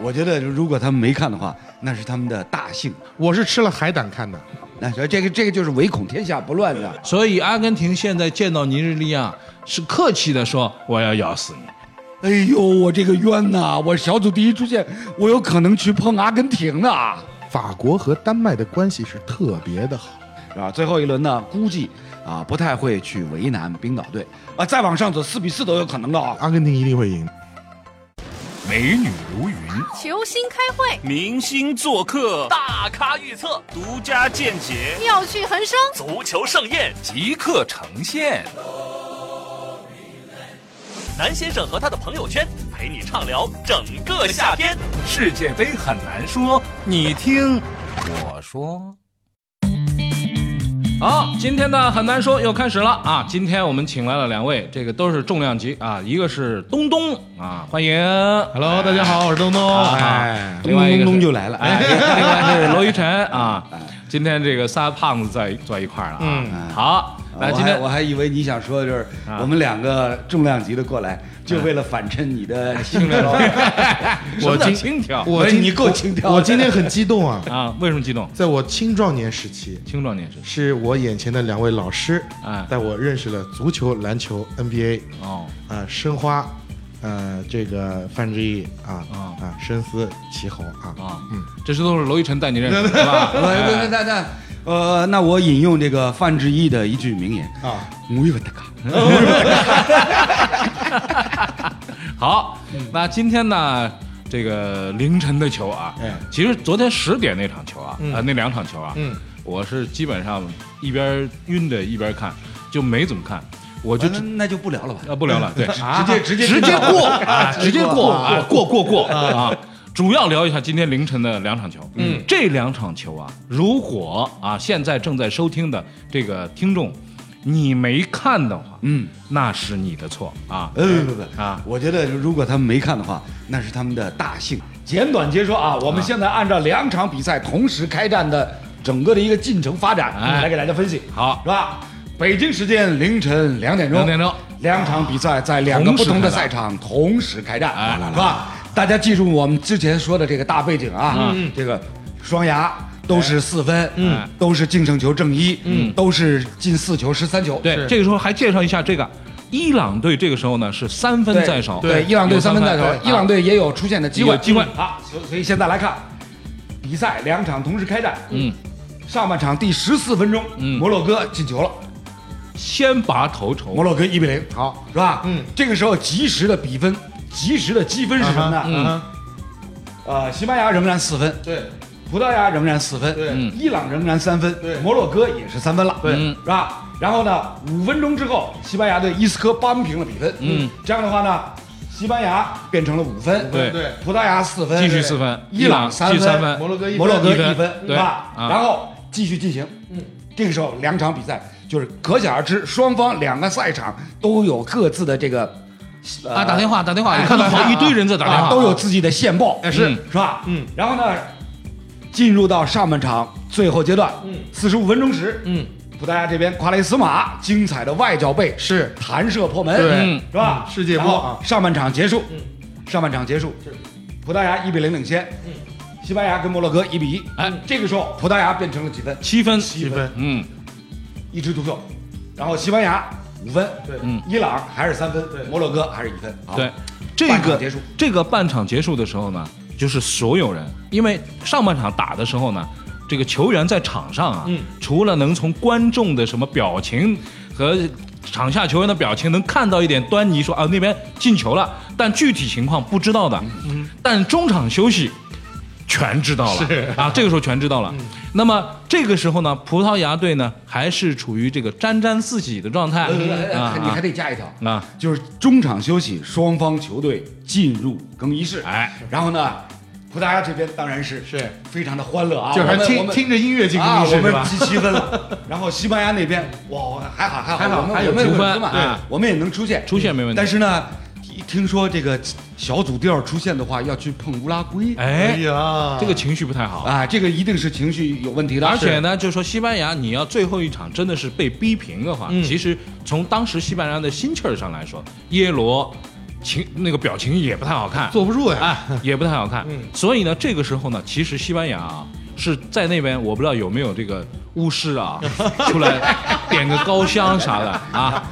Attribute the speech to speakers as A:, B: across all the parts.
A: 我觉得如果他们没看的话，那是他们的大幸。
B: 我是吃了海胆看的。
A: 那这个这个就是唯恐天下不乱的。
C: 所以阿根廷现在见到尼日利亚是客气的说我要咬死你。
A: 哎呦，我这个冤呐、我小组第一出线，我有可能去碰阿根廷的。
B: 法国和丹麦的关系是特别的好，
A: 啊，最后一轮呢，估计啊不太会去为难冰岛队啊，再往上走四比四都有可能的啊。
B: 阿根廷一定会赢。
D: 美女如云，
E: 球星开会，
F: 明星做客，
G: 大咖预测，
F: 独家见解，
E: 妙趣横生。
G: 足球盛宴，
D: 即刻呈现。
G: 南先生和他的朋友圈陪你畅聊整个夏天。
D: 世界杯很难说，你听我说。
C: 好，今天呢很难说又开始了啊！今天我们请来了两位，这个都是重量级啊，一个是东东啊，欢迎。
B: Hello，大家好，我是东东。哎，
C: 另外一个
A: 咚咚咚
C: 是
A: 就来了
C: 哎，另外是罗一晨啊。今天这个仨胖子在坐一块儿了啊。好，来
A: 我
C: 今
A: 还
C: 天啊
A: 我还以为你想说的就是我们两个重量级的过来，就为了反衬你 的心跳。
C: 什么叫
B: 今
C: 轻佻
B: 我
A: 哎
B: 今
A: 你够轻佻的
B: 我今天很激动啊，
C: 啊，为什么激动？
B: 在我青壮年时期，
C: 青壮年是
B: 是我眼前的两位老师
C: 哎
B: 带我认识了足球、篮球、NBA
C: 哦，
B: 啊，申花，呃，这个范志毅啊
C: 啊
A: 哦
B: 啊，申思、祁宏啊
C: 啊
B: 嗯，
C: 这是都是罗一晨带你认识的，是吧？
A: 不不
C: 哎
A: 不，那那呃，那我引用这个范志毅的一句名言：
B: 啊，
A: 我有那个。
C: 好，那今天呢，这个凌晨的球啊，
B: 哎
C: 其实昨天十点那场球啊，
B: 嗯
C: 呃，那两场球啊，
B: 嗯，
C: 我是基本上一边晕着一边看，就没怎么看，我就
A: 那那就不聊了吧。
C: 啊不聊了，对，
A: 直接直接
C: 直接过啊，直接过
A: 啊
C: 啊，过过过啊。主要聊一下今天凌晨的两场球，嗯，这两场球啊，如果啊现在正在收听的这个听众，你没看的话，
A: 嗯，
C: 那是你的错啊，
A: 呃不不不
C: 啊
A: 我觉得如果他们没看的话，那是他们的大幸。简短截说啊，我们现在按照两场比赛同时开战的整个的一个进程发展，
C: 哎
A: 来给大家分析，
C: 好
A: 是吧？北京时间凌晨两点钟，
C: 两点钟
A: 两场比赛在两个不同的赛场同时开战，
C: 哎
A: 是吧？大家记住我们之前说的这个大背景啊，这个双牙都是四分，
C: 嗯
A: 都是净胜球正一，嗯，都是进四球失三球，
C: 对，这个时候还介绍一下这个伊朗队，这个时候呢是三分在手，
A: 对，伊朗队三分在手
C: 有，
A: 伊朗队也有出现的机
C: 啊有
A: 会，
C: 机会
A: 啊。所所以现在来看，比赛两场同时开战，
C: 嗯，
A: 上半场第十四分钟，
C: 嗯哦
A: 摩洛哥进球了，
C: 先拔头筹
A: 摩，洛哥一比零，好，是吧？
B: 嗯
A: 这个时候及时的比分，及时的积分是什么
B: 啊
A: 呢？
C: 嗯
A: 呃，西班牙仍然四分，
B: 对，
A: 葡萄牙仍然四分，
B: 对
C: 嗯
A: 伊朗仍然三分，
B: 对
A: 摩洛哥也是三分了，
B: 对
C: 嗯
A: 是吧？然后呢，五分钟之后，西班牙队伊斯科扳平了比分，
C: 嗯，
A: 这样的话呢，西班牙变成了五分，
C: 对
B: 对
A: 葡萄牙四分，
C: 继续四分，
A: 伊朗三
C: 继
A: 分，
C: 续三分，
B: 摩洛哥一分
A: 摩洛哥一
C: 一
A: 分
C: 分，对
A: 是吧？
C: 啊
A: 然后继续进行，嗯，这个时候两场比赛就是可想而知，双方两个赛场都有各自的这个呃
C: 啊，打电话打电话，
A: 哎
C: 你 看到
A: 打电话
C: 一堆人在打电话，哎
A: 啊都有自己的线报，
C: 是
A: 嗯是吧？
B: 嗯，
A: 然后呢，进入到上半场最后阶段，
B: 嗯
A: 四十五分钟时，
B: 嗯，
A: 葡萄牙这边夸雷斯马精彩的外脚背
B: 是
A: 弹射破门，
B: 对
C: 嗯
A: 是吧？
B: 嗯世界波
A: 然后
B: 啊
A: 上半场结束，上半场结束，葡萄牙一比零领先，
B: 嗯
A: 西班牙跟摩洛哥一比一，
C: 哎
A: 这个时候葡萄牙变成了几分？
C: 七分，
B: 七分，
C: 嗯，
A: 一枝独秀，然后西班牙五分，
B: 对
C: 嗯
A: 伊朗还是三分，摩洛哥还是一分，好
C: 对，，这
A: 半
C: 个
A: 场结束
C: 这个半场结束的时候呢，就是所有人，因为上半场打的时候呢，这个球员在场上啊，
A: 嗯
C: 除了能从观众的什么表情和场下球员的表情能看到一点端倪说，啊那边进球了，但具体情况不知道的。
A: 嗯
C: 但中场休息。全知道了啊，这个时候全知道了。
A: 嗯
C: 那么这个时候呢，葡萄牙队呢还是处于这个沾沾自喜的状态
A: 呃
C: 啊
A: 你还得加一条，
C: 啊啊！
A: 就是中场休息，双方球队进入更衣室。
C: 哎，
A: 然后呢，葡萄牙这边当然是
B: 是
A: 非常的欢乐啊，
B: 就还
A: 我们我
B: 听
A: 们
B: 听着音乐进
A: 啊，
B: 行
A: 我
B: 是
A: 们
B: 吧？
A: 积七分了。然后西班牙那边哇，还好还好，
B: 还好
A: 我们
B: 还有
A: 我们
C: 积分
A: 嘛，
C: 对
A: 啊我们也能出线，
C: 出线没问题
A: 但是呢，一听说这个小组第二出线的话，要去碰乌拉圭，
C: 哎
B: 呀
C: 这个情绪不太好。
A: 啊，这个一定是情绪有问题的，
C: 而且呢，就说西班牙，你要最后一场真的是被逼平的话，其实从当时西班牙的心气儿上来说，耶罗、情那个表情也不太好看，
B: 坐不住呀。
A: 啊
C: 哎， 也不太好看。
B: 嗯
C: 所以呢，这个时候呢，其实西班牙啊是在那边，我不知道有没有这个巫师啊出来点个高香啥的啊。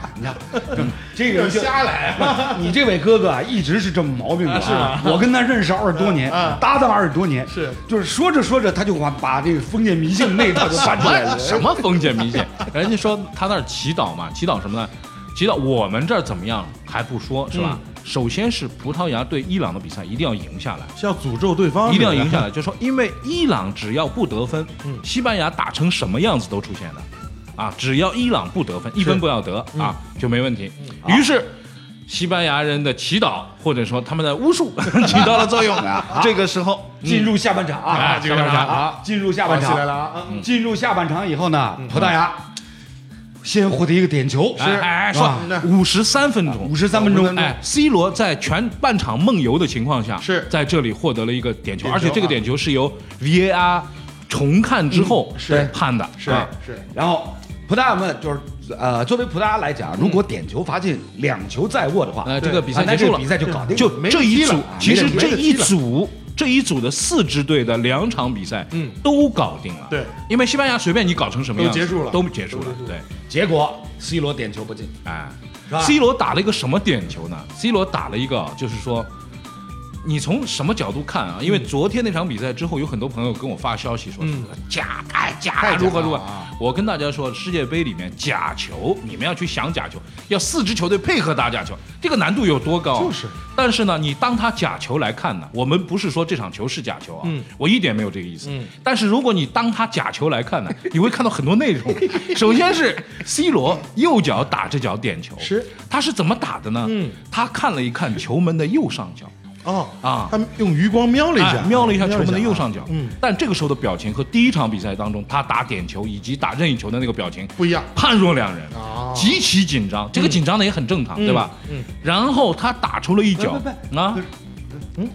A: 这个就
B: 瞎来啊，
A: 你这位哥哥啊，一直是这么毛病的、啊，是
B: 吗
A: 我跟他认识二十多年，
B: 啊
A: 搭档二十多年，
B: 是，
A: 就是说着说着，他就把把这个封建迷信那一套就搬出来了。
C: 什么封建迷信？人家说他那儿祈祷嘛，祈祷什么呢？祈祷我们这儿怎么样还不说是
A: 嗯
C: 吧？首先是葡萄牙对伊朗的比赛一定要赢下来。
B: 是要诅咒对方，
C: 一定要赢下来，就说因为伊朗只要不得分，
A: 嗯
C: 西班牙打成什么样子都出现的，啊，只要伊朗不得分，一分不要得
A: 嗯
C: 啊，就没问题。于是。西班牙人的祈祷，或者说他们的巫术 起到了作用。这个时候
A: 进入下半场啊
C: 啊嗯哎，进入下半场
A: 啊，进入下半
B: 起来
A: 场
B: 了，啊！嗯
A: 进入下半场以后呢，葡萄牙先获得一个点球，
C: 嗯哎哎，哎说
B: 那
C: 五十三分钟，
A: 53分钟
C: 哎，C 罗在全半场梦游的情况下，
B: 是
C: 在这里获得了一个点球，
B: 点球
C: 而且这个
B: 啊
C: 点球是由 VAR 重看之后
B: 嗯是
C: 判的，
B: 是
C: 啊
B: 是，
A: 然后葡萄牙们就是呃，作为葡萄牙来讲，如果点球罚进两球在握的话，
C: 嗯呃，这个比赛
A: 啊那
C: 结束
A: 这
C: 了，嗯
A: 比赛就搞定了，
C: 就
B: 没得
C: 这一
B: 踢了
C: 组
B: 啊，
C: 其实
B: 没得
C: 这
B: 没得
C: 一
B: 踢了
C: 组这一组的四支队的两场比赛，
B: 嗯
C: 都搞定了。
B: 对，
C: 因为西班牙随便你搞成什么
B: 都
C: 样子，
B: 结束了
C: 都结束了
B: 都结束。了
C: 对，
A: 结果 C 罗点球不进，
C: 哎
A: 是吧
C: ，C 罗打了一个什么点球呢？C 罗打了一个，就是说。你从什么角度看啊？因为昨天那场比赛之后，有很多朋友跟我发消息说
B: 嗯
C: 假太
B: 太
C: 假
B: 假
C: 如何如何
B: 了啊。
C: 我跟大家说，世界杯里面假球，你们要去想假球，要四支球队配合打假球，这个难度有多高啊？
B: 就是
C: 但是呢，你当他假球来看呢，我们不是说这场球是假球啊，
B: 嗯
C: 我一点没有这个意思。
B: 嗯
C: 但是如果你当他假球 来看呢，你会看到很多内容。首先是 C 罗右脚打这脚点球，
B: 是
C: 他是怎么打的呢？
B: 嗯
C: 他看了一看球门的右上角。
B: 哦
C: 啊
B: 他用余光瞄了一下，
C: 哎瞄了一下球门的右上角
B: 啊，嗯，
C: 但这个时候的表情和第一场比赛当中他打点球以及打任意球的那个表情
B: 不一样
C: 判若两人，
B: 哦
C: 极其紧张。这个紧张呢也很正常，
B: 嗯
C: 对吧？
B: 嗯。
C: 然后他打出了一脚
A: 不不
C: 啊
A: 不是，
C: 嗯，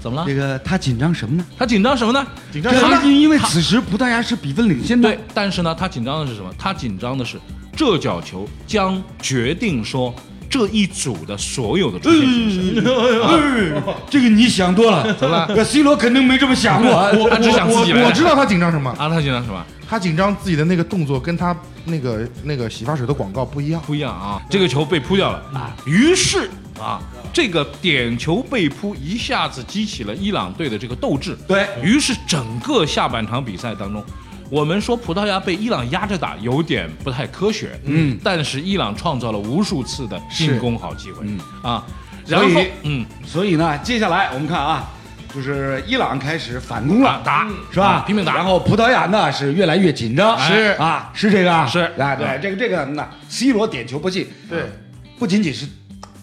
C: 怎么了
A: 这？个他紧张什么呢？
C: 他紧张什么呢？
B: 紧张什么
A: 他
B: 呢？
A: 因因为此时葡萄牙是比分领先的
C: 对，，但是呢，他紧张的是什么？他紧张的是这脚球将决定说这一组的所有的出线形势。
B: 嗯
A: 哎这个你想多 了，怎么了？C 罗肯定没这么想过，
B: 我
C: 他只想自己
B: 我
C: 来
B: 我知道他紧张什么，
C: 啊，他紧张什么？
B: 他紧张自己的那个动作跟他那个那个洗发水的广告不一样。
C: 不一样啊，这个球被扑掉了啊，于是啊，这个点球被扑一下子激起了伊朗队的这个斗志，
A: 对
C: 于是整个下半场比赛当中。我们说葡萄牙被伊朗压着打有点不太科学，嗯，但是伊朗创造了无数次的进攻好机会，嗯啊，然后
A: 所以
C: 嗯，
A: 所以呢，接下来我们看啊，就是伊朗开始反攻了
C: 啊，打
A: 是吧
C: 啊？拼命打
A: 然后葡萄牙呢是越来越紧张，
C: 是
A: 啊，是这个啊，
C: 是哎
A: 啊，对，这个这个那 C 罗点球不进，啊
B: 对，
A: 不仅仅是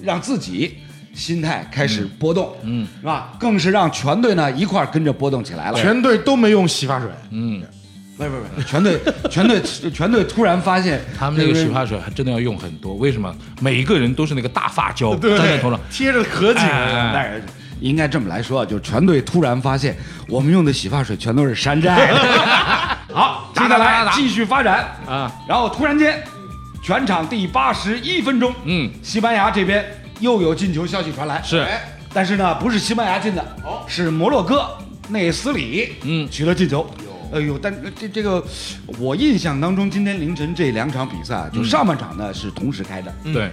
A: 让自己心态开始波动，
C: 嗯，
A: 是吧？更是让全队呢一块儿跟着波动起来了。
B: 全队都没用洗发水，
C: 嗯，
A: 不是不是不是，全队全队全队突然发现
C: 他们那个洗
A: 水
C: 发水还真的要用很多，为什么？每一个人都是那个大发 胶粘在头上，
B: 贴着可紧
C: 哎
A: 但是 应该这么来说啊，就是全队突然发现我们用的洗发水全都是山寨的。好， 接下
C: 打打打
A: 来
C: 打
A: 继续发展
C: 啊。
A: 然后突然间，全场第八十一分钟，
C: 嗯，
A: 西班牙这边又有进球消息传来，
C: 是
A: 哎但是呢，不是西班牙进的，哦，是摩洛哥内斯里，
C: 嗯
A: 取得进球。哎呦，但这这个，我印象当中，今天凌晨这两场比赛啊，就
C: 嗯
A: 上半场呢是同时开的，
C: 对，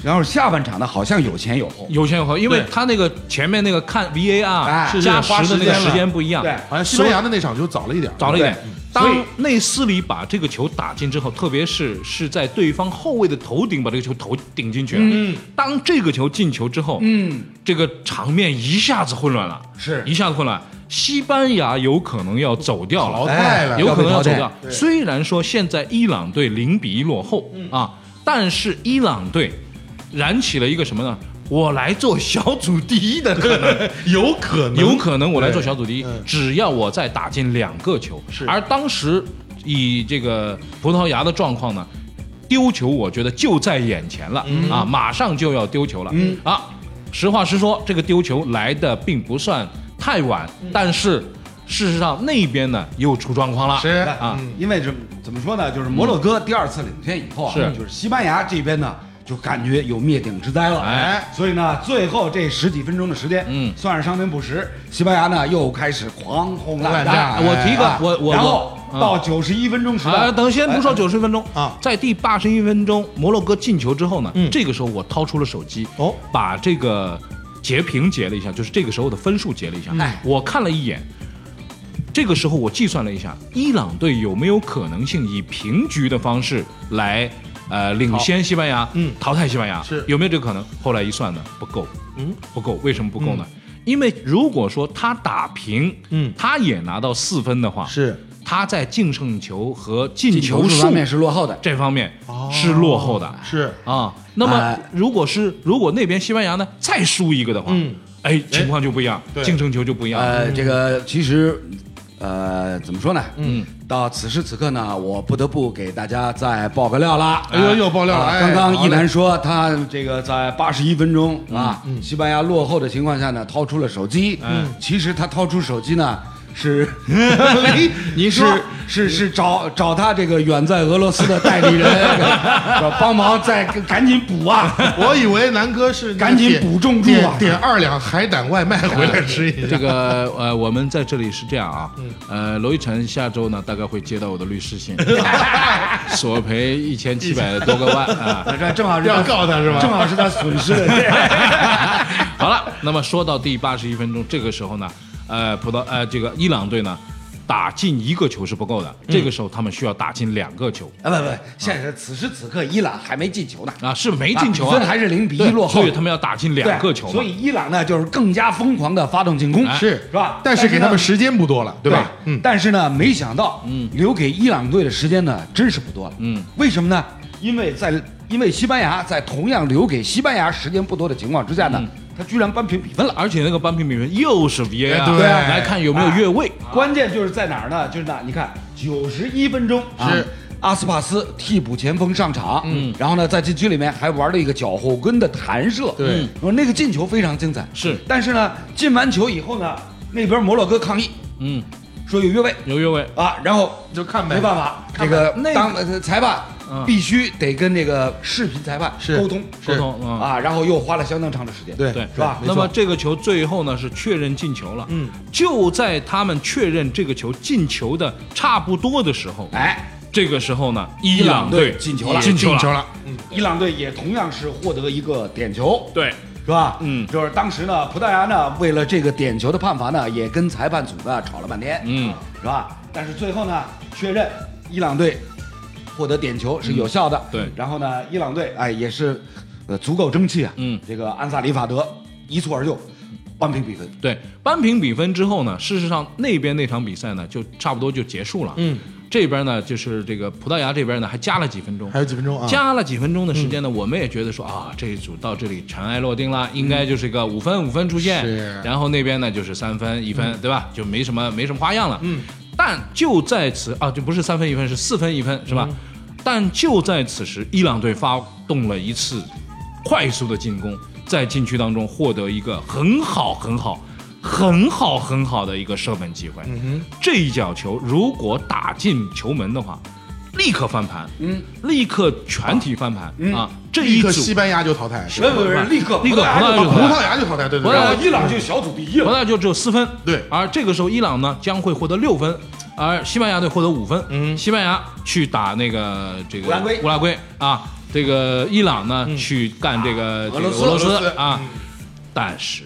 A: 然后下半场呢好像有前有后，
C: 有前有后，因为
B: 对
C: 他那个前面那个看 VAR、
A: 哎是
C: 加
B: 是花
C: 时
B: 时
C: 的那个
B: 间
C: 时
B: 了
C: 间不一样，
A: 对
B: 好像哎西班牙的那场就早了一点，
C: 早了一点
A: 对。嗯所以
C: 当内斯里把这个球打进之后，特别是是在对方后卫的头顶把这个球头顶进去了。嗯，当这个球进球之后，
A: 嗯，
C: 这个场面一下子混乱了，
A: 是
C: 一下子混乱。西班牙有可能要走掉了
B: 淘，汰了，
C: 哎有可能要走
A: 哎要
C: 掉
A: 被。
C: 虽然说现在伊朗队零比一落后、
B: 嗯
C: 啊，但是伊朗队燃起了一个什么呢？我来做小组第一的可能，
B: 有可能，
C: 有可能我来做小组第一
B: 嗯，
C: 只要我再打进两个球。
B: 是
C: 而当时以这个葡萄牙的状况呢，丢球我觉得就在眼前了、
B: 嗯
C: 啊，马上就要丢球了、啊。实话实说，这个丢球来的并不算太晚，
B: 嗯
C: 但是事实上那边呢又出状况了，
B: 是
C: 啊。
B: 嗯
A: 因为怎么怎么说呢？就是摩洛哥第二次领先以后啊，
C: 是
A: 就是西班牙这边呢，就感觉有灭顶之灾了。
C: 哎，
A: 所以呢，最后这十几分钟的时间，
C: 嗯
A: 算是伤停补时，西班牙呢又开始狂轰滥
B: 滥
A: 炸。
B: 炸
C: 我提一个
A: 哎，
C: 我我
A: 然后
C: 我
A: 到九十一分钟时
C: 啊，
A: 段，
C: 等先不说九十分钟
B: 哎啊
C: 在第八十一分钟，摩洛哥进球之后呢，
B: 嗯
C: 这个时候我掏出了手机，
B: 哦，
C: 把这个截屏截了一下，就是这个时候的分数截了一下，
B: 哎
C: 我看了一眼。这个时候我计算了一下，伊朗队有没有可能性以平局的方式来，呃，领先西班牙，
B: 嗯
C: 淘汰西班牙，
B: 是
C: 有没有这个可能？后来一算呢，不够，
B: 嗯，
C: 不够，为什么不够呢？因为如果说他打平，
B: 嗯
C: 他也拿到四分的话，
B: 是
C: 他在净胜球和进
A: 进球
C: 球
A: 数
C: 数
A: 方面是落后的。
C: 这方面是落后的
B: 是
C: 啊。那么
A: 哎
C: 如果是如果那边西班牙呢再输一个的话
B: 嗯，
C: 哎，情况就不一样，
B: 对
C: 净胜球就不一样了。
B: 嗯
A: 呃，这个其实，呃，怎么说呢？
C: 嗯，
A: 到此时此刻呢，我不得不给大家再爆个料啦。
B: 哎呦又爆料了
A: 啊
B: 哎
A: 刚刚一
B: 好嘞嗯
A: 楠说他这个在八十一分钟啊，西班牙落后的情况下呢，掏出了手机。嗯，其实他掏出手机呢。 是，
B: 哎
C: 你说
A: 是是是找找他这个远在俄罗斯的代 理人，说帮忙再赶紧补啊！
B: 我以为南哥是那个
A: 赶紧
B: 点
A: 补中柱啊
B: 点点二两海胆外卖回来吃一
C: 这
B: 下。
C: 个呃，我们在这里是这样啊，
A: 嗯
C: 呃，娄一晨下周呢大概会接到我的律师 信，索赔一千七百多个万 啊。
A: 这正好是
B: 要告他是吧
A: 正好是他损失的。
C: 好了，那么说到第八十一分钟，这个时候呢，呃，葡萄呃这个伊朗队呢打进一个球是不够的，
A: 嗯
C: 这个时候他们需要打进两个球
A: 啊不不，现在是此时此刻伊朗还没进球呢，
C: 啊，是没进球
A: 啊比
C: 啊，
A: 分还是0比1
C: 对
A: 落后
C: 所以他们要打进两个球
A: 对
C: 嘛
A: 所以伊朗呢就是更加疯狂的发动进攻，
C: 哎
B: 是
A: 是吧？
B: 但是给他们
A: 呢
B: 时间不多了，
A: 对
B: 吧？嗯，
A: 但是呢，没想到，嗯，留给伊朗队的时间呢，真是不多了。
C: 嗯，
A: 为什么呢？因为在因为西班牙在同样留给西班牙时间不多的情况之下呢，他居然扳平比分了。
C: 而且那个扳平比分又是 VAR，
B: 哎对
C: 来看有没有越位。
A: 啊关键就是在哪儿呢？就是那你看，九十一分钟啊
B: 是
A: 阿斯帕斯替补前锋上场，嗯，然后呢，在禁区里面还玩了一个脚后跟的弹射，
B: 对
A: 嗯，我那个进球非常精彩，
C: 是
A: 但是呢，进完球以后呢，那边摩洛哥抗议
C: 嗯，
A: 说有越位
C: 有越位。
A: 啊，然后
B: 就看呗
A: 没办法，这
B: 看呗
A: 个
C: 那个
A: 当呃裁判
C: 嗯
A: 必须得跟这个视频裁判
B: 是
A: 沟通
B: 是
C: 沟通嗯
A: 啊，然后又花了相当长的时间，
B: 对
C: 对，
A: 是吧？
C: 那么这个球最后呢是确认进球了。
B: 嗯，
C: 就在他们确认这个球进球的差不多的时候，
A: 哎，
C: 这个时候呢，伊
A: 伊朗
C: 朗
A: 队
C: 队
A: 进球了
C: 进球
B: 进球
C: 了。
B: 了，嗯，
A: 伊朗队也同样是获得一个点球，
C: 对，
A: 是吧？
C: 嗯
A: 就是当时呢，葡萄牙呢为了这个点球的判罚呢，也跟裁判组呢吵了半天，
C: 嗯，
A: 是吧？但是最后呢，确认伊朗队获得点球是有效的。
C: 嗯对
A: 然后呢，伊朗队哎也是呃足够争气啊，
C: 嗯
A: 这个安萨里法德一蹴而就，扳平比分。
C: 对，扳平比分之后呢，事实上那边那场比赛呢就差不多就结束了。
B: 嗯，
C: 这边呢就是这个葡萄牙这边呢还加了几分钟
B: 还。有几分钟啊？
C: 加了几分钟的时间呢，我们也觉得说啊，这一组到这里尘埃落定了，应该就是个五分五分出现
B: 嗯是，
C: 然后那边呢就是三分一分，对吧？就没什么没什么花样了。
B: 嗯，
C: 但就在此啊，就不是三分一分，是四分一分，是
B: 嗯
C: 吧？但就在此时，伊朗队发动了一次快速的进攻，在禁区当中获得一个很好、很好、很好、很好的一个射门机会。
B: 嗯
C: 这一脚球如果打进球门的话，立刻翻盘，
A: 嗯，
C: 立刻全体翻盘、啊！这
B: 哼，
C: 一
B: 立刻
C: 组
B: 西班牙就淘汰，
A: 不是不是，立刻
C: 立刻
A: 葡萄牙
C: 葡萄牙
A: 就
C: 就
B: 葡萄牙就淘汰，对对
C: 葡萄牙
B: 对。
A: 然后伊朗就小组第一
C: 葡
A: 了。
C: 萄牙就只有四分，
B: 对
C: 而这个时候，伊朗呢将会获得六分，而西班牙队获得五分。
B: 嗯
C: 西班牙去打那个这个
A: 乌拉圭
C: 乌拉圭啊，这个伊朗呢、去干这个这个
A: 俄罗斯
C: 俄罗斯
B: 俄罗斯
C: 啊。但是，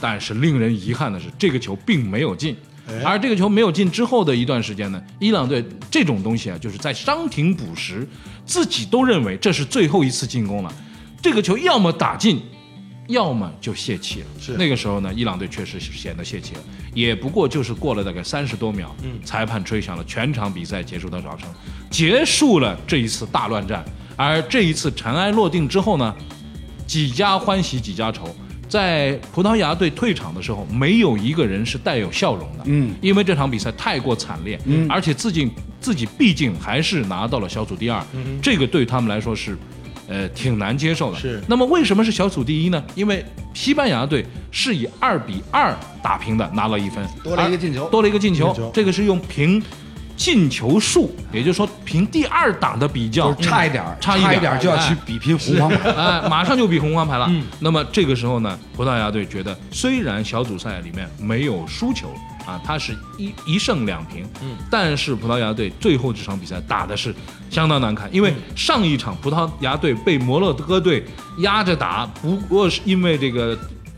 C: 但是令人遗憾的是，这个球并没有进。而这个球没有进之后的一段时间呢，伊朗队这种东西啊，就是在伤停补时，自己都认为这是最后一次进攻了，这个球要么打进，要么就泄气了。
B: 是
C: 那个时候呢，伊朗队确实是显得泄气了，也不过就是过了大概三十多秒，嗯，裁判吹响了全场比赛结束的掌声，结束了这一次大乱战。而这一次尘埃落定之后呢，几家欢喜几家愁。在葡萄牙队退场的时候，没有一个人是带有笑容的，
A: 嗯
C: 因为这场比赛太过惨烈，嗯，而且自己自己毕竟还是拿到了小组第二，嗯，这个对他们来说是，呃，挺难接受的。
B: 是
C: 那么为什么是小组第一呢？因为西班牙队是以二比二打平的，拿了一分，啊
A: 多了一个进球
C: 而多了一个进球，
B: 进球
C: 这个是用平进球数，也就是说凭第二档的比较，
A: 差一点儿，
C: 差
A: 一
C: 一
A: 点
C: 点
A: 儿就要去比拼红方。
C: 哎，马上就比红方牌了。那么这个时候呢，葡萄牙队觉得虽然小组赛里面没有输球啊，他是一一胜两平，嗯，但是葡萄牙队最后这场比赛打的是相当难看，因为上一场葡萄牙队被摩洛哥队压着打，不过是因为这个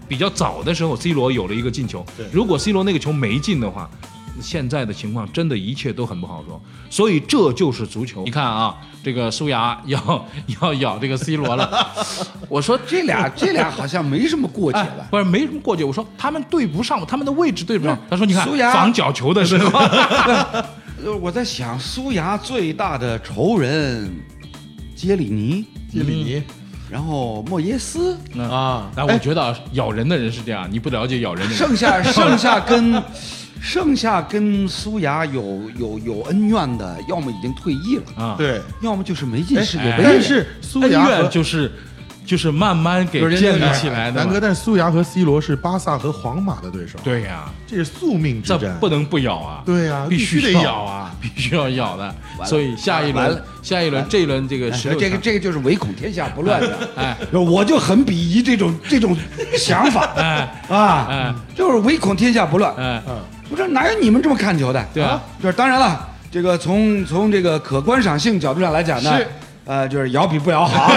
C: 比较早的时候，C 罗有了一个进球，如果 C 罗那个球没进的话。现在的情况真的一切都很不好说，所以这就是足球。你看啊，这个苏牙要要咬这个 C 罗了，我说
A: 这俩这俩好像没什么过啊节
C: 哎
A: 了，。
C: 不是没什么过节。我说他们对不上，他们的位置对不上。他说你看
A: 苏牙
C: 防角球的时 候，
A: 呃我在想，苏牙最大的仇人杰里尼，
B: 基里
A: 然后莫耶斯，
B: 尼
C: 嗯
B: 啊，
C: 那我觉嗯得啊咬人的人是这样，你不了解咬人的人。
A: 剩下剩下跟 剩下跟苏牙有有有恩怨的，要么已经退役了，
C: 啊，，哎
B: 对，
A: 要么就是没进世界杯。
B: 哎
A: 哎
B: 但是苏
C: 恩
B: 牙和
C: 怨就是就是慢慢给
B: 不是
C: 建
B: 那
C: 立
B: 个
C: 起来的
B: 南
C: 嘛。
B: 哥，但是苏牙和 C 罗是巴萨和皇马的对手，，
C: 对呀，
B: 这是宿命之
C: 这
B: 战，
C: 不能不咬啊。
B: 对啊
C: 必须
B: 必
C: 得
B: 须要
C: 咬啊，必须要咬的。所以下一
A: 完
C: 轮
A: 了，
C: 下一轮这一轮哎这个十
A: 这
C: 六
A: 这个
C: 强
A: 这个就是唯恐天下不乱的，
C: 哎，
A: 我就很鄙夷这种这种想法，
C: 哎
A: 啊
C: 哎，
A: 就是唯恐天下不乱。
C: 哎
A: 我说哪有你们这么看球的？
C: 对啊，
A: 就是当然了，这个从从这个可观赏性角度上来讲呢
B: 是，
A: 呃，就是摇比不摇 好。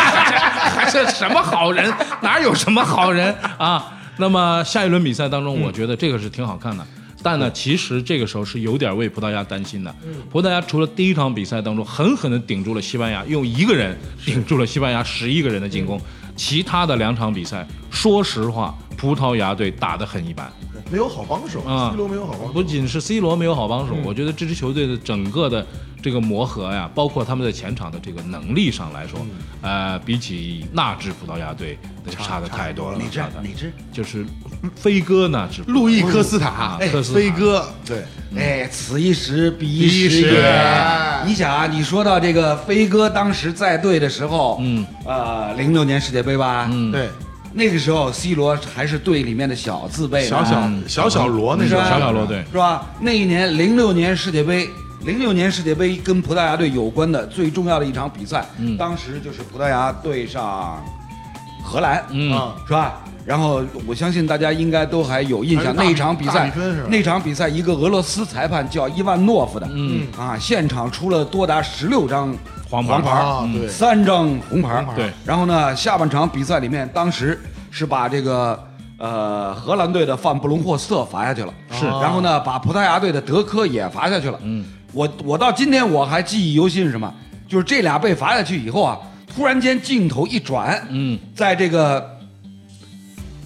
C: 还是什么好人？哪有什么好人啊？那么下一轮比赛当中，我觉得这个是挺好看的。但呢，其实这个时候是有点为葡萄牙担心的。葡萄牙除了第一场比赛当中狠狠地顶住了西班牙，用一个人顶住了西班牙十一个人的进攻，其他的两场比赛，说实话，葡萄牙队打得很一般。
B: 没有好帮手
C: 啊
B: ，C 罗没有好帮
C: 不
B: 手，嗯
C: 仅是 C 罗没有好帮手，我觉得这支球队的整个的这个磨合呀，包括他们在前场的这个能力上来说，
B: 嗯
C: 呃，比起那支葡萄牙队那就差的太多了。
A: 哪支
C: 差得太多
A: 哪支？
C: 就是飞哥那支。
B: 路易科斯塔
C: 啊，科斯塔
B: 哎飞哥，对，
A: 哎，此一时彼一
B: 嗯彼一时
A: 也
B: 哎。
A: 你想啊，你说到这个飞哥当时在队的时候，
C: 嗯，
A: 呃，零六年世界杯吧，
C: 嗯
B: 对，
A: 那个时候 C 罗还是队里面的小字辈呢，
B: 小小小小罗哦那
A: 是
B: 时候，
A: 吧
C: 嗯小小罗队
A: 是吧？那一年零六年世界杯，零六年世界杯跟葡萄牙队有关的最重要的一场比赛，
C: 嗯
A: 当时就是葡萄牙对上荷兰，
C: 嗯
B: 啊
A: 是吧？然后我相信大家应该都还有印象，那一场比
B: 大
A: 赛
B: 比分是吧，
A: 那场比赛一个俄罗斯裁判叫伊万诺夫的，
C: 嗯，
A: 啊，现场出了多达十六张
C: 黄牌
A: 黄牌
B: 啊
A: 嗯
B: 对
A: 三张红牌
B: 红牌，
C: 对
A: 然后呢，下半场比赛里面，当时是把这个呃荷兰队的范布隆霍斯特罚下去了，
C: 是
A: 然后呢，把葡萄牙队的德科也罚下去了。嗯，我我到今天我还记忆犹新是什么？就是这俩被罚下去以后啊，突然间镜头一转，
C: 嗯，
A: 在这个。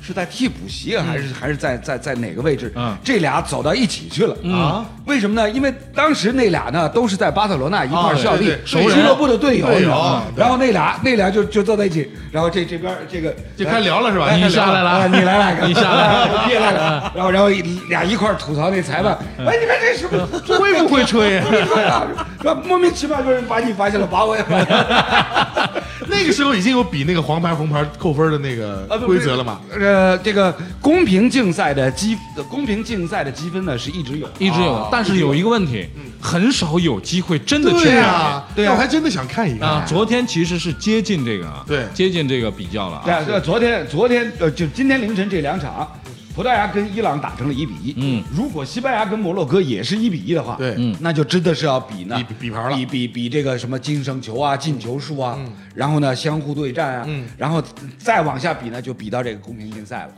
A: 是在替补席啊还是、还是在在在哪个位置？
C: 嗯
A: 这俩走到一起去了、
C: 嗯
A: 啊？为什么呢？因为当时那俩呢都是在巴塞罗那一块儿
B: 啊
A: 效力
B: 对
A: 是
B: 对，熟人
A: 俱乐部的队友，
B: 队友啊
A: 你知道吗
B: 对
A: 然后那俩那俩就就坐在一起，然后这这边这个
B: 就哎开聊了是吧？
C: 你下来
A: 啊，
C: 了，
A: 你来 了，
C: 你下来 了，
A: 你也来了，然后然后俩一块儿吐槽那裁判，
B: 嗯
A: 哎，你看这什么
C: 会不会吹？
A: 对啊，说莫名其妙就是把你发现了，把我也发现了。
B: 那个时候已经有比那个黄牌红牌扣分的 那个
A: 啊不
B: 规则了嘛？
A: 呃，这个公平竞赛的积公平竞赛的积分呢是一直有，
C: 一直
B: 啊
C: 有，但是有一个问题，很少有机会真的去
B: 嗯对
C: 看
B: 呀，
A: 对呀
B: 那啊我还真的想看一
C: 啊
B: 看。。
C: 昨天其实是接近这个啊，
B: 对
C: 接近这个比较了啊。
A: 对，这昨天昨天呃，就今天凌晨这两场，葡萄牙跟伊朗打成了一比一。
C: 嗯，
A: 如果西班牙跟摩洛哥也是一比一的话，
B: 对
A: 那就真的是要比呢，
B: 比比牌了
A: 比比比这个什么净胜球啊、进球数啊，然后呢相互对战啊，
B: 嗯
A: 然后再往下比呢，就比到这个公平竞赛了。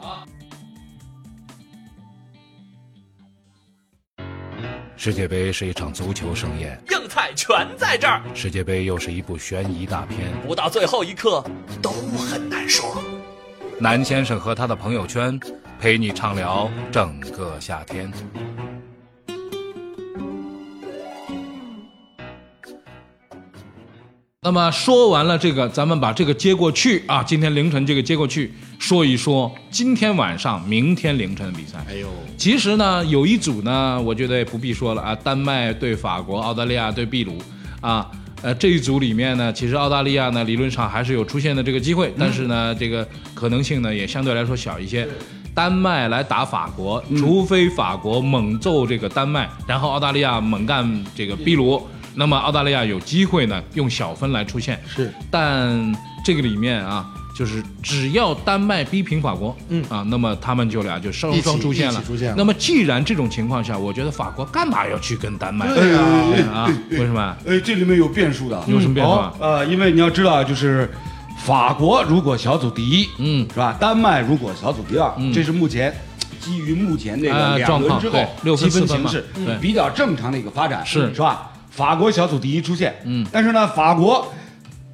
D: 世界杯是一场足球盛宴，
G: 硬菜全在这儿，
D: 世界杯又是一部悬疑大片。
G: 不到最后一刻都很难说。
D: 南先生和他的朋友圈，陪你畅聊整个夏天。
C: 那么说完了这个，咱们把这个接过去啊，今天凌晨这个接过去，说一说今天晚上、明天凌晨的比赛。
B: 哎呦，
C: 其实呢，有一组呢，我觉得也不必说了啊，丹麦对法国，澳大利亚对秘鲁，啊，呃，这一组里面呢，其实澳大利亚呢，理论上还是有出现的这个机会，但是呢，这个可能性呢也相对来说小一些。丹麦来打法国，除非法国猛揍这个丹麦，然后澳大利亚猛干这个秘鲁，那么澳大利亚有机会呢用小分来出现。
B: 是，
C: 但这个里面啊，就是只要丹麦逼平法国，嗯啊，那么他们就俩就双
B: 一起
C: 双出现了
B: 一起出现了
C: 那么既然这种情况下，我觉得法国干嘛要去跟丹麦？
B: 对呀、
C: 对 啊，为什么？
A: 哎，这里面有变数的，
C: 有什么变啊化？
A: 呃，因为你要知道，就是法国如果小组第一，
C: 嗯
A: 是吧？丹麦如果小组第二，
C: 嗯
A: 这是目前基于目前这
C: 呃
A: 个两
C: 状
A: 轮
C: 况
A: 之后
C: 对六分
A: 积分
C: 四分
A: 形
C: 嘛
A: 势
C: 嗯对
A: 比较正常的一个发展，
C: 是
A: 是吧？法国小组第一出现，
C: 嗯
A: 但是呢，法国。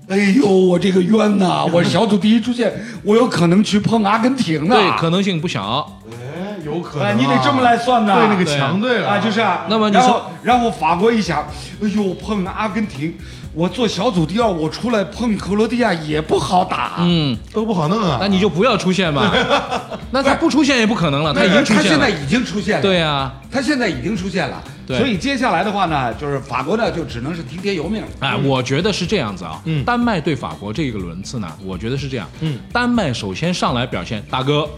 A: 哎呦，我这个冤 呐！我小组第一出现，我有可能去碰阿根廷呢。
C: 对，可能性不小。
B: 哎，有可能、
A: 哎，你得这么，来算呐。
B: 对那个强队了
A: 啊，就是啊。
C: 那么你
A: 然
C: 说
A: 后，然后法国一想，哎呦，碰阿根廷，我做小组第二，我出来碰克罗地亚也不好打。
C: 嗯，
B: 都不好弄啊。
C: 那你就不要 出现嘛。那他不出现也不可能了，
A: 没
C: 他
A: 有，
C: 已经出
A: 他
C: 现
A: 现在
C: 了。
A: 已经出现了。
C: 对啊，
A: 他现在已经出现了。
C: 对
A: 所以接下来的话呢，就是法国呢，就只能是听天由命了。
C: 哎，我觉得是这样子啊。
B: 嗯
C: 丹麦对法国这个轮次呢，我觉得是这样。
B: 嗯，
C: 丹麦首先上来表现，大哥，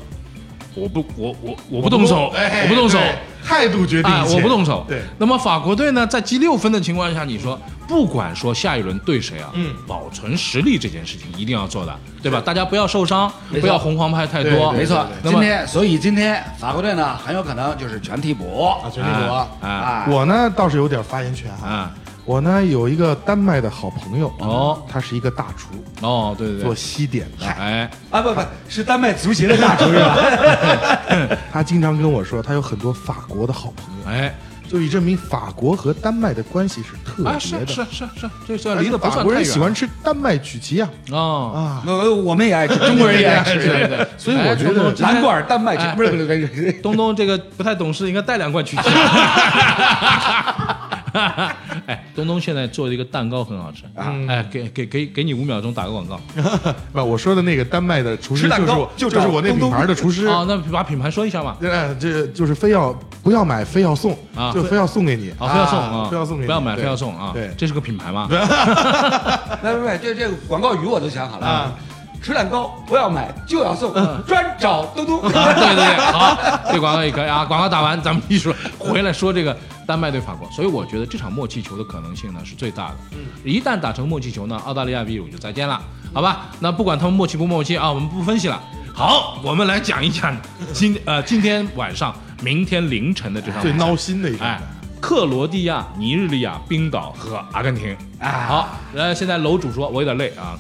C: 我不，我我我不动手，我不动手。
B: 哎对态度决定
C: 哎
B: 一，切。
C: 我不动手。
B: 对，
C: 那么法国队呢，在积六分的情况下，你说不管说下一轮对谁啊，
B: 嗯
C: 保存实力这件事情一定要做的，对吧？大家不要受伤，不要红黄牌太
B: 对
C: 多。
B: 对没错
C: 那
A: 今
C: 么
A: 天，所以今天法国队呢，很有可能就是全替补啊
B: 全替补
C: 哎
A: 啊。
B: 我呢倒是有点发言权啊。
C: 啊，
B: 我呢有一个丹麦的好朋友啊
C: 哦
B: 他是一个大厨，
C: 哦，对对
B: 做
C: 对，
B: 西点的。
C: 哎，
A: 啊不不是丹麦足协的大厨是吧？
B: 他经常跟我说，他有很多法国的好朋友，
C: 哎，
B: 就以证明法国和丹麦的关系是特别的。
C: 啊，是是是是，这这
B: 而且
C: 离得不
B: 法
C: 算
B: 国
C: 太
B: 人
C: 远。
B: 喜欢吃丹麦曲奇啊
C: 哦，
B: 啊！
A: 呃我们也爱吃， 中国人也爱 吃。
C: 对对对，
B: 所以
C: 哎
B: 我觉得
C: 东东今天
A: 蓝罐儿丹麦
C: 哎
A: 曲，不是不是不是不是，
C: 东东这个不太懂事，应该带 两罐曲奇。哎，东东现在做的一个蛋糕很好吃，
B: 啊
C: 哎，给给给给你五秒钟打个广告
B: 不，我说的那个丹麦的厨师
A: 吃蛋
B: 就是
A: 糕
B: 我，
A: 就
B: 就
A: 找
B: 是我那
A: 东
B: 品
A: 东
B: 牌的厨师。
C: 啊，那把品牌说一下嘛，
B: 呃，这就是非要不要买，非要送
C: 啊
B: 就非要送给你
C: 啊，非要送啊，
B: 非要送给你，
C: 不要买，
B: 对
C: 非要送啊，
B: 对，
C: 这是个品牌吗？
A: 来来来，这这个广告语我都想好了啊，嗯吃蛋糕不要买就要送，专找东东。
C: 啊，对对对，好，这广告也可以啊。广告打完，咱们继续回来说这个丹麦对法国。所以我觉得这场默契球的可能性呢是最大的。
A: 嗯
C: 一旦打成默契球呢，澳大利亚、秘鲁就再见了，好吧？那不管他们默契不默契啊，我们不分析了。好，我们来讲一讲今呃今天晚上、明天凌晨的这场
B: 最
C: 比赛
B: 闹心的一
C: 哎
B: 个。，
C: 克罗地亚、尼日利亚、冰岛和阿根廷。
A: 啊
C: 好，然后现在楼主说，我有点累啊。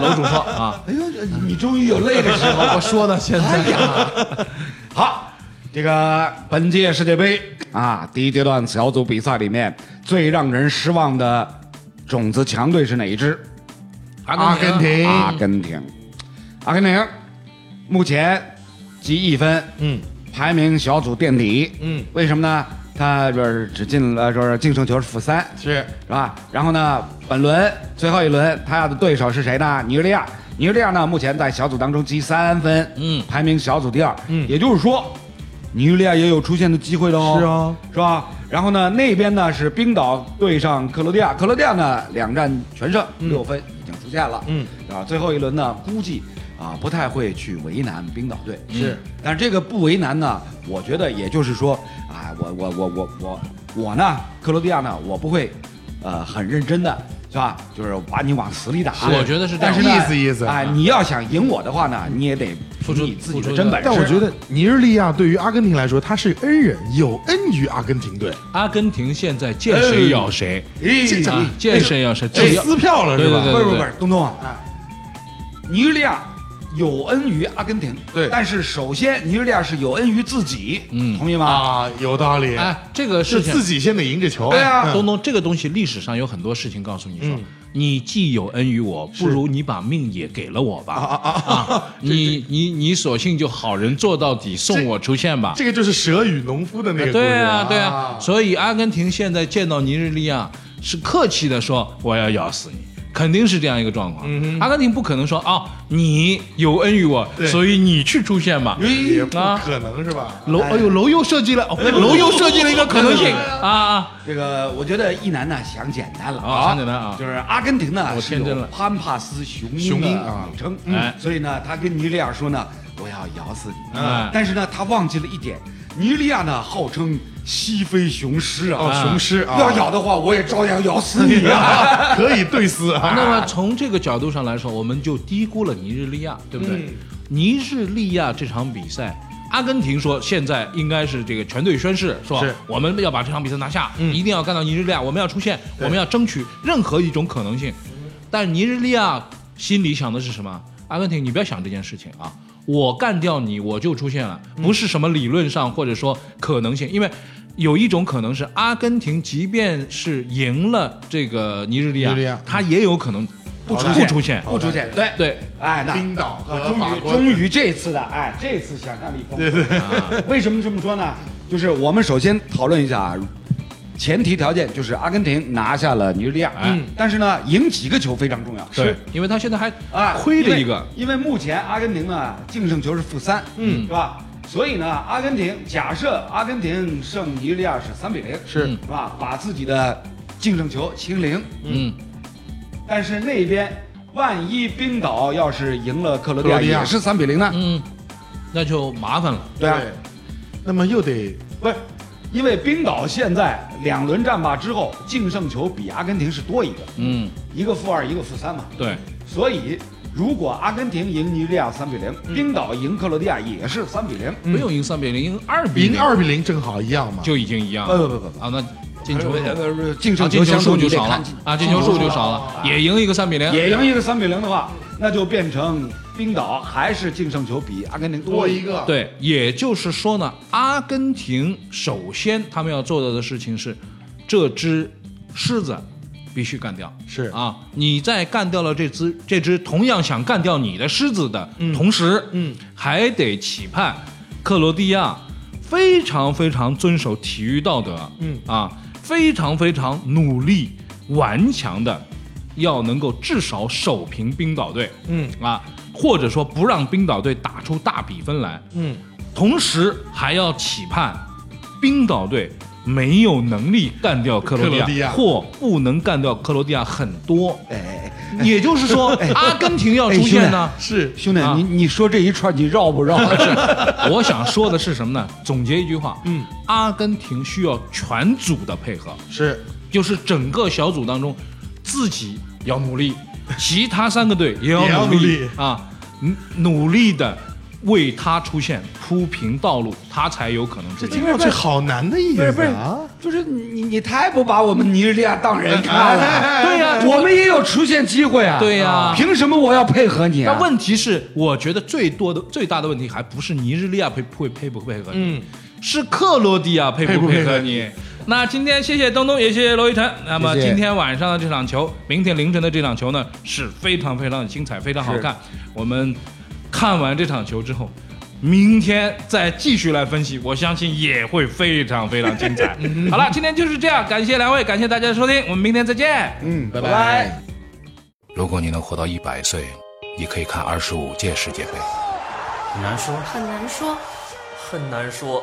C: 楼主说啊，
A: 哎呦，你终 于有累的时候。哎
C: 我说呢，现在
A: 好，这个本届世界杯啊，第一阶段小组比赛里面最让人失望的种子强队是哪一支？
B: 阿
C: 阿
B: 根
C: 根廷
B: 廷，
A: 阿根廷。阿根廷目前积一分，
B: 嗯
A: 排名小组垫底。
B: 嗯，
A: 为什么呢？他就是只进了，就是净胜球是负三，
B: 是
A: 是吧？然后呢，本轮最后一轮，他的对手是谁呢？尼日利亚。尼日利亚呢，目前在小组当中积三分，
C: 嗯
A: 排名小组第二。
B: 嗯
A: 也就是说，尼日利亚也有出线的机会的哦。
B: 是啊，
A: 是吧？然后呢，那边呢是冰岛对上克罗地亚，克罗地亚呢两战全胜，六分已经出线了。
B: 嗯，
A: 啊，最后一轮呢，估计啊不太会去为难冰岛队。嗯
B: 是，
A: 但这个不为难呢，我觉得也就是说，啊，我我我我我我呢，克罗地亚呢，我不会，呃，很认真的。是吧？就是把你往死里打，
C: 我觉得是这
A: 但
C: 样
A: 是呢
B: 意思意思
A: 哎，你要想赢我的话呢，你也得
C: 付出
A: 你自己
C: 付出
A: 的真
C: 的
A: 本事。
B: 但我觉得尼日利亚对于阿根廷来说，他是恩人，有恩于阿根廷队，
C: 阿根廷现在见谁咬谁，
A: 哎，
C: 啊见谁咬谁，
B: 这
C: 只要
B: 撕票了
C: 对
B: 是
C: 对
B: 吧？
C: 对
A: 不是不是不是，东东啊，哎尼日利亚有恩于阿根廷，
B: 对
A: 但是首先尼日利亚是有恩于自己，
C: 嗯
A: 同意吗？
B: 啊，有道理，
C: 哎，这个
B: 是
C: 事情哎
B: 自，己先得赢这球，
A: 对啊
C: 东东这个东西历史上有很多事情告诉你说
B: 嗯，
C: 你既有恩于我，不如你把命也给了我吧，啊，你你你索性就好人做到底，送我出现吧，
B: 这个就是蛇与农夫的那个故事
C: 对啊对啊
B: 啊，，
C: 所以阿根廷现在见到尼日利亚是客气的说我要咬死你。肯定是这样一个状况，阿根廷不可能说啊、你有恩于我，
B: 嗯对哎
C: 所以你去出现吧。
B: 也不
C: 啊
B: 可能是吧？
C: 楼，哎呦，楼又设计了，哦楼又设计了一个可能性啊啊！
A: 这个我觉得一南呢想简单了
C: 啊想简单啊
A: 就是阿根廷呢
C: 我
A: 是
C: 天真
A: 有
C: 了
A: 潘帕斯雄
B: 雄
A: 的
B: 鹰啊
A: 美称，嗯
C: 哎
A: 所以呢，他跟尼日利亚说呢，我要咬死你。
C: 嗯
A: 但是呢，他忘记了一点，尼日利亚呢号称西非雄狮啊，
B: 哦，雄狮啊，
A: 要咬的话，我也照样咬死你
C: 哎
A: 啊！
B: 可以对撕啊。
C: 那么从这个角度上来说，我们就低估了尼日利亚，对不对？尼日利亚这场比赛，阿根廷说现在应该是这个全队宣誓，是吧？
B: 是
C: 我们要把这场比赛拿下，
B: 嗯
C: 一定要干到尼日利亚，我们要出现，我们要争取任何一种可能性。但尼日利亚心里想的是什么？阿根廷，你不要想这件事情啊！我干掉你，我就出现了，
B: 嗯
C: 不是什么理论上或者说可能性，因为有一种可能是阿根廷，即便是赢了这个尼日利亚，
B: 尼日利亚
C: 他也有可能不出
A: 不
C: 不出现。
A: 不出现，对
C: 对，
A: 哎，那
B: 冰岛和
A: 我终
B: 法
A: 于
B: 国
A: 终于这次的，哎，这次想象力丰富。对对，为什么这么说呢？就是我们首先讨论一下啊，前提条件就是阿根廷拿下了尼日利亚，嗯，但是呢，赢几个球非常重要。
C: 对，因为他现在还
A: 啊，
C: 亏了一个，
A: 因为，因为目前阿根廷呢净胜球是负三，嗯，是吧？所以呢，阿根廷假设阿根廷胜尼日利亚是三比零，
B: 是
A: 是吧？把自己的净胜球清零，
C: 嗯，
A: 但是那边万一冰岛要是赢了克罗地亚
B: 克罗地亚
A: 也是三比零呢？
C: 嗯，那就麻烦了。
A: 对啊，
B: 那么又得
A: 不是，因为冰岛现在两轮战罢之后净胜球比阿根廷是多一个，
C: 嗯，
A: 一个负二，一个负三嘛，
C: 对，
A: 所以。如果阿根廷赢尼日利亚三比零，冰岛赢克罗地亚也是三比零，
C: 不用赢三比零，赢二比
B: 赢
C: 零
B: 二比零正好一样嘛。
C: 就已经一样
A: 不
C: 了
A: 不不不不，
C: 啊。那进球
A: 呃不是不是净
C: 啊
A: 胜
C: 进
A: 球
C: 球
A: 相
C: 数
A: 对
C: 就
A: 你得
C: 少
A: 看
C: 了
A: 进
C: 啊，进球数就少了，也赢一个三比零，
A: 也赢一个三比零的话，那就变成冰岛还是净胜球比阿根廷多
B: 多
A: 一
B: 一
A: 个。
B: 个，
C: 对，也就是说呢，阿根廷首先他们要做到的事情是，这只狮子必须干掉。
B: 是
C: 啊，你在干掉了这只这只同样想干掉你的狮子的同时，
B: 嗯
C: 还得期盼克罗地亚非常非常遵守体育道德，
B: 嗯
C: 啊，非常非常努力顽强的，要能够至少守平冰岛队，
B: 嗯
C: 啊，或者说不让冰岛队打出大比分来，
B: 嗯，
C: 同时还要期盼冰岛队没有能力干掉克罗地
B: 克
C: 亚，
B: 罗地亚
C: 或不能干掉克罗地亚很多。
A: 哎，
C: 也就是 说，
B: 哎
C: 阿根廷要出现呢。
B: 是
A: 兄弟，
C: 啊
A: 你你说这一串你绕不绕？
B: 哎
C: 我想说的是什么呢？总结一句话，
B: 嗯，
C: 阿根廷需要全组的配合，
B: 是，
C: 就是整个小组当中自己要努力，其他三 个队也要
B: 也要
C: 努力
B: 努力
C: 啊，努努力的为他出现铺平道路，他才有可能出
B: 这
C: 现
B: 听。上去好难的一
A: 不是
B: 个
A: 不是
B: 啊。，
A: 就是你你太不把我们尼日利亚当人看了。
C: 对呀、
A: 我们也有出现机会啊！
C: 对呀
A: 凭什么我要配合你啊
C: 但？问题是，我觉得最多的、最大的问题还不是尼日利亚配配配不配合你，
B: 嗯
C: 是克罗地亚配
B: 配
C: 不
B: 不
C: 配
B: 配
C: 合
B: 合
C: 你。那今天谢谢东东，也谢谢罗一晨。那么
A: 谢谢
C: 今天晚上的这场球，明天凌晨的这场球呢，是非常非常的精彩，非常好看。我们看完这场球之后，明天再继续来分析，我相信也会非常非常精彩。好了，今天就是这样，感谢两位，感谢大家的收听，我们明天再见。
A: 嗯，拜
C: 拜
A: 拜。
D: 如果你能活到一百岁，你可以看二十五届世界杯。
G: 很难说，
E: 很难说，
G: 很难说，